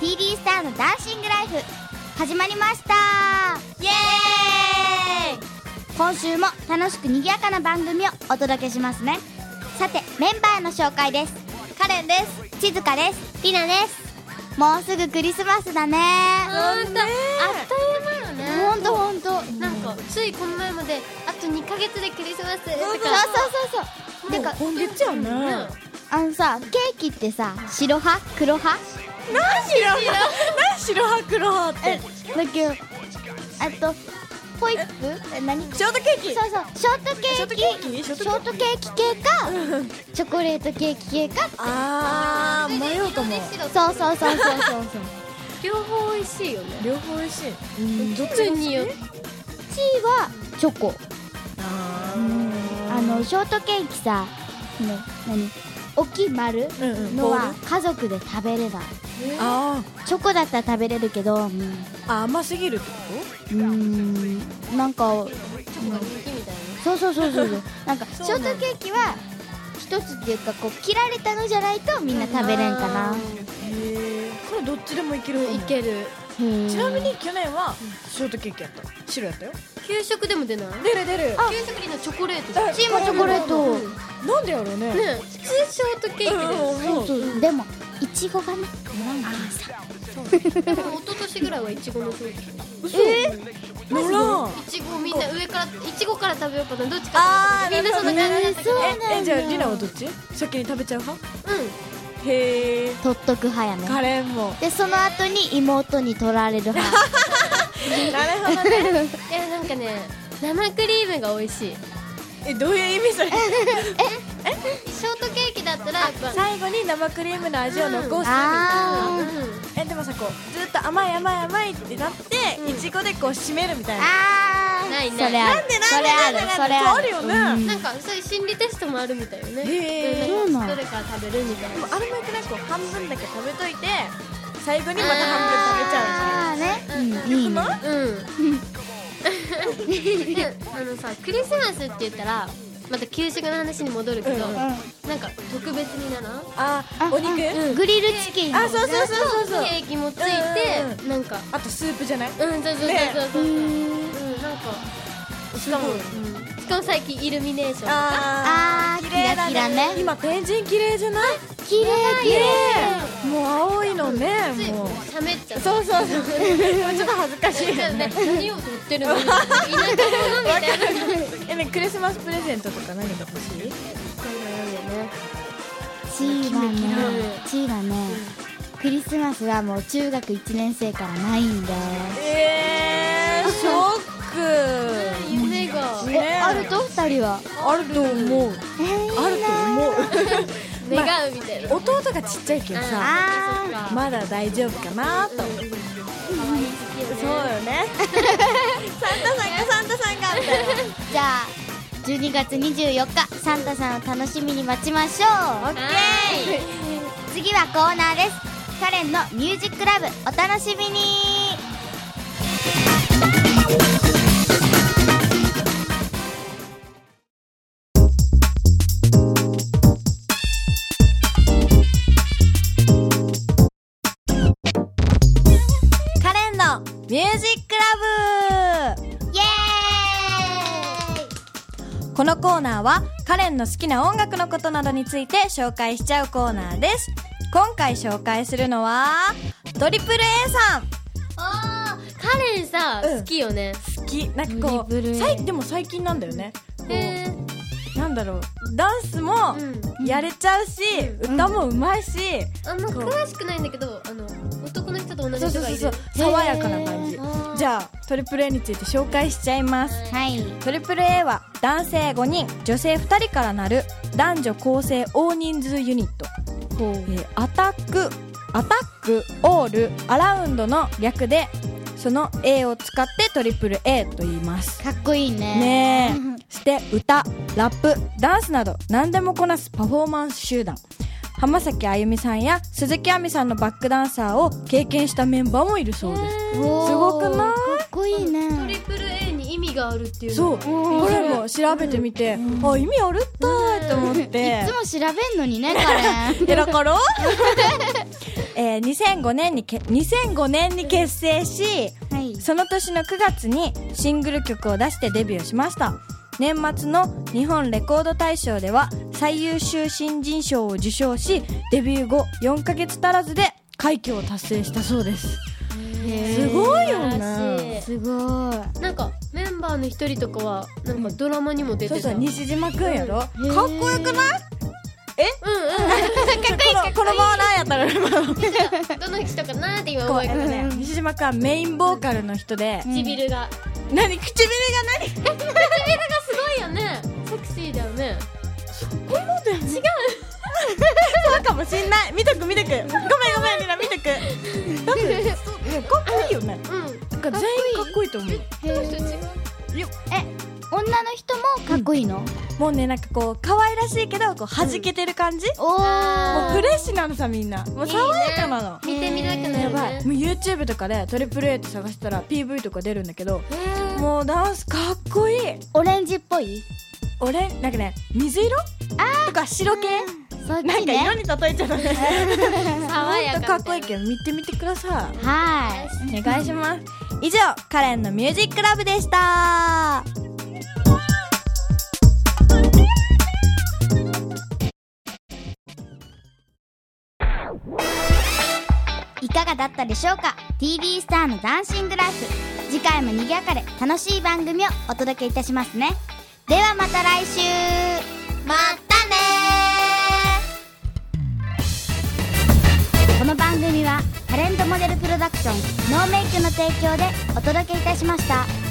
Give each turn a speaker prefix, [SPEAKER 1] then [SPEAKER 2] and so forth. [SPEAKER 1] のダンシングライフ始まりましたイエーイ今週も楽しく賑やかな番組をお届けしますねさてメンバーの紹介ですカレンです静香ですりなですもうすぐクリスマスだね
[SPEAKER 2] ほんとあっという間よね
[SPEAKER 1] ほんとほんと
[SPEAKER 2] なんかついこの前まであと2ヶ月でクリスマスと
[SPEAKER 1] そ
[SPEAKER 2] か
[SPEAKER 1] うそうそうそうてか
[SPEAKER 3] 今月やね
[SPEAKER 2] うん
[SPEAKER 1] あのさケーキってさ白派黒派
[SPEAKER 3] 何しろ何しろ白ロって
[SPEAKER 1] だけどあとホイップえ何
[SPEAKER 3] ショートケーキ
[SPEAKER 1] そうそうショートケーキ
[SPEAKER 3] ショートケーキ
[SPEAKER 1] ショートケーキ系かチョコレートケーキ系か
[SPEAKER 3] あー迷うかも
[SPEAKER 1] そうそうそうそうそうそう
[SPEAKER 2] 両方美味しいよね
[SPEAKER 3] 両方美味しい
[SPEAKER 2] どっちによって
[SPEAKER 1] チーはチョコ
[SPEAKER 3] あ
[SPEAKER 1] あのショートケーキさね何大きい丸
[SPEAKER 3] うんうん
[SPEAKER 1] の
[SPEAKER 3] ボ
[SPEAKER 1] は
[SPEAKER 3] ール
[SPEAKER 1] 家族で食べれない
[SPEAKER 3] ーあ
[SPEAKER 1] チョコだったら食べれるけどうん
[SPEAKER 3] ー甘すぎるってこ
[SPEAKER 1] うんなんか
[SPEAKER 2] チョコが人気みたい
[SPEAKER 1] そうそうそうそうそうなんかシ
[SPEAKER 3] そ
[SPEAKER 1] ョ
[SPEAKER 3] うな
[SPEAKER 1] ー
[SPEAKER 3] ん
[SPEAKER 1] ト
[SPEAKER 3] だ
[SPEAKER 1] ケーキは一つっていうかこう切られたのじゃないとみんな食べれんかな
[SPEAKER 3] とへえこれどっちでもいける
[SPEAKER 2] な
[SPEAKER 3] 方
[SPEAKER 2] いける
[SPEAKER 1] へー
[SPEAKER 3] ちなみに去年はショートケーキやった白やったよ
[SPEAKER 2] 給食でも出ない
[SPEAKER 3] 出る出る
[SPEAKER 2] 給食にのチョコレートじゃん
[SPEAKER 3] あ
[SPEAKER 1] チームチョコレート
[SPEAKER 3] なんでやろうね
[SPEAKER 2] ね普通ショートケーキだよね
[SPEAKER 3] うんうんうん
[SPEAKER 1] でもいちごがね
[SPEAKER 2] でも一昨年ぐらいはイチゴのケーキ
[SPEAKER 3] 嘘乗らん
[SPEAKER 2] イチゴみんな上からイチゴから食べようかなどっち
[SPEAKER 3] あ
[SPEAKER 2] か
[SPEAKER 3] ー
[SPEAKER 2] みんなそんな感じだったけど
[SPEAKER 1] なるほどねそうなんだ
[SPEAKER 3] ええじゃあリナはどっち先に食べちゃう派
[SPEAKER 2] う
[SPEAKER 3] へえ
[SPEAKER 1] 取っとく派やね
[SPEAKER 3] カレーも
[SPEAKER 1] でその後に妹に取られる派
[SPEAKER 3] なるほどね
[SPEAKER 2] んいやなんかね生クリームが美味しい
[SPEAKER 3] えどういう意味それ
[SPEAKER 2] ショートケーキだったらやっぱ
[SPEAKER 3] 最後に生クリームの味を残すみたい
[SPEAKER 1] あー
[SPEAKER 3] な、
[SPEAKER 2] う
[SPEAKER 3] えでもさこうずっと甘い甘い甘いってなって、いちごでこう締めるみたいな
[SPEAKER 1] あー
[SPEAKER 2] ないない
[SPEAKER 1] それある
[SPEAKER 3] なんで
[SPEAKER 1] それあ
[SPEAKER 3] なんで
[SPEAKER 1] る
[SPEAKER 3] なんで
[SPEAKER 1] それある
[SPEAKER 3] そうあるよね
[SPEAKER 2] んなんかそういう心理テストもあるみたいよね
[SPEAKER 3] へ
[SPEAKER 1] ー
[SPEAKER 2] うんなんかどれから食べるみたい
[SPEAKER 3] でも
[SPEAKER 2] な
[SPEAKER 3] あれもよくないこう半分だけ食べといて最後にまた半
[SPEAKER 1] あーね
[SPEAKER 3] 分食べちゃう
[SPEAKER 1] うん
[SPEAKER 3] み
[SPEAKER 1] い
[SPEAKER 3] た
[SPEAKER 1] い
[SPEAKER 3] い
[SPEAKER 1] ね
[SPEAKER 3] な
[SPEAKER 2] うんであのさクリスマスって言ったらまた給食の話に戻るけど、
[SPEAKER 3] うんうん
[SPEAKER 2] なんか特別にならん
[SPEAKER 3] あ
[SPEAKER 1] あ
[SPEAKER 3] ーお肉
[SPEAKER 1] あグリルチキン
[SPEAKER 3] あそうそうそうそうそう
[SPEAKER 2] ケーキもついて、
[SPEAKER 3] うんうん
[SPEAKER 2] なんか
[SPEAKER 3] あとスープじゃない
[SPEAKER 2] うんそうそうそうそうそう、
[SPEAKER 1] うん
[SPEAKER 2] うんなんか
[SPEAKER 3] しかも
[SPEAKER 2] うんしかも最近イルミネーションとか
[SPEAKER 1] あー
[SPEAKER 3] あー綺
[SPEAKER 1] キ
[SPEAKER 3] 麗
[SPEAKER 1] ラ
[SPEAKER 3] だ
[SPEAKER 1] キラね
[SPEAKER 3] 今天神綺麗じゃない
[SPEAKER 1] 綺麗綺麗
[SPEAKER 3] もう青いのね
[SPEAKER 2] つい
[SPEAKER 3] もう
[SPEAKER 2] しゃべっちゃった
[SPEAKER 3] そうそうそうもうちょっと恥ずかしいよね
[SPEAKER 2] ね何を売っ てるの田舎者みたいな感じだよね
[SPEAKER 3] えねクリスマスプレゼントとか何が欲しい
[SPEAKER 1] チーはね
[SPEAKER 2] う
[SPEAKER 1] チーはねクリスマスはもう中学1年生からないんだよ
[SPEAKER 3] えー、ショック
[SPEAKER 2] 夢が
[SPEAKER 3] ね
[SPEAKER 1] えあると2人は
[SPEAKER 3] あると思う
[SPEAKER 1] えーいいな
[SPEAKER 3] ある と思う
[SPEAKER 2] 願うみたいな
[SPEAKER 3] 弟がちっちゃいけどさ
[SPEAKER 1] あ
[SPEAKER 2] あ
[SPEAKER 3] まだ大丈夫かなと
[SPEAKER 2] 可愛い好きよね
[SPEAKER 3] そうよ ねサンタさんがサンタさんがみたい
[SPEAKER 1] じゃあ12月24日サンタさんを楽しみに待ちましょう
[SPEAKER 2] はーい
[SPEAKER 1] 次はコーナーですカレンのミュージックラブお楽しみに
[SPEAKER 3] カレンのミュージックラブ
[SPEAKER 1] イエー
[SPEAKER 3] このコーナーはカレンの好きな音楽のことなどについて紹介しちゃうコーナーです今回紹介するのはトリプル A さん
[SPEAKER 2] あーカレンさ
[SPEAKER 3] うん
[SPEAKER 2] 好きよね
[SPEAKER 3] 好きなんかこ
[SPEAKER 2] トリプル
[SPEAKER 3] う
[SPEAKER 2] A
[SPEAKER 3] さいでも最近なんだよねこう
[SPEAKER 2] へえ
[SPEAKER 3] なんだろうダンスも
[SPEAKER 2] うん
[SPEAKER 3] やれちゃうし、
[SPEAKER 2] う
[SPEAKER 3] 歌もうまいし、
[SPEAKER 2] あんま詳しくないんだけどあの男の人と同じ
[SPEAKER 3] そうそ
[SPEAKER 2] 人
[SPEAKER 3] う
[SPEAKER 2] が
[SPEAKER 3] そ
[SPEAKER 2] いうる
[SPEAKER 3] そう爽やかな感じ
[SPEAKER 2] あー
[SPEAKER 3] じゃあトリプル A について紹介しちゃいます
[SPEAKER 1] イはい
[SPEAKER 3] トリプル a は男性5人女性2人からなる男女構成大人数ユニット、
[SPEAKER 1] ほう
[SPEAKER 3] えーアタックアタックオールアラウンドの略でその A を使ってトリプル a と言います
[SPEAKER 1] かっこいいね
[SPEAKER 3] ねえして歌ラップダンスなど何でもこなすパフォーマンス集団浜崎あゆみさんや鈴木亜美さんのバックダンサーを経験したメンバーもいるそうです
[SPEAKER 1] す
[SPEAKER 3] ごくな
[SPEAKER 1] か
[SPEAKER 3] い
[SPEAKER 1] っこいい
[SPEAKER 2] トリ
[SPEAKER 1] ね
[SPEAKER 2] プル A に意味があるっていうの
[SPEAKER 3] そう
[SPEAKER 2] が
[SPEAKER 3] これも調べてみて、あ意味あるったーと思っ
[SPEAKER 1] い
[SPEAKER 3] て
[SPEAKER 1] つも調べんのにねカレン
[SPEAKER 3] えだから えー2005年にけ2005年に結成し
[SPEAKER 1] はい
[SPEAKER 3] その年の9月にシングル曲を出してデビューしました年末の日本レコード大賞では最優秀新人賞を受賞しデビュー後4ヶ月足らずで快挙を達成したそうですすごいよね
[SPEAKER 1] すごい
[SPEAKER 2] なんかメンバーの一人とかはなんかドラマにも出て
[SPEAKER 3] そ
[SPEAKER 2] た
[SPEAKER 3] うそう西島くんやろかっ
[SPEAKER 2] へ ー
[SPEAKER 3] こよくないえうんうんこのこのままなんやったら
[SPEAKER 2] どの人かなーって今
[SPEAKER 3] こ
[SPEAKER 2] 思
[SPEAKER 3] う
[SPEAKER 2] い
[SPEAKER 3] えっ
[SPEAKER 2] か
[SPEAKER 3] と
[SPEAKER 2] け
[SPEAKER 3] ね西島くんはメインボーカルの人で
[SPEAKER 2] 唇が
[SPEAKER 3] 何唇が
[SPEAKER 2] 唇がすごいよねセクシーだよね
[SPEAKER 3] 何違う そうかもしんない見とく見とくごめんごめんみんな見とく多分そうかっこいいよね
[SPEAKER 2] うん
[SPEAKER 3] なんか全員かっこいいと思う
[SPEAKER 2] この人違う
[SPEAKER 1] え女の人もかっこいいの、
[SPEAKER 3] もうねなんかこう可愛らしいけどこう弾けてる感じ、
[SPEAKER 1] お
[SPEAKER 3] もう
[SPEAKER 1] ー
[SPEAKER 3] フレッシュなのさみんなもう爽やかなの
[SPEAKER 2] 見てみたくな
[SPEAKER 3] や
[SPEAKER 2] る
[SPEAKER 3] ばい
[SPEAKER 2] ね
[SPEAKER 3] もう YouTube とかでトリプル a って探したら PV とか出るんだけど
[SPEAKER 2] えー
[SPEAKER 3] もうダンスかっこいい
[SPEAKER 1] オレンジっぽい
[SPEAKER 3] 俺なんかね水色とか白系
[SPEAKER 1] そっ
[SPEAKER 3] なん
[SPEAKER 1] ち
[SPEAKER 3] か色
[SPEAKER 1] ね
[SPEAKER 3] に例えちゃったね
[SPEAKER 2] 爽や
[SPEAKER 3] ほ
[SPEAKER 2] か
[SPEAKER 3] んとかっこいいけど見てみてください
[SPEAKER 1] は
[SPEAKER 3] お願いします以上カレンのミュージックラブでした
[SPEAKER 1] いいかがだったでしょうか TV スターのダンシングライフ次回もにぎやかで楽しい番組をお届けいたしますねではまた来週またねこの番組はタレントモデルプロダクションノーメイクの提供でお届けいたしました。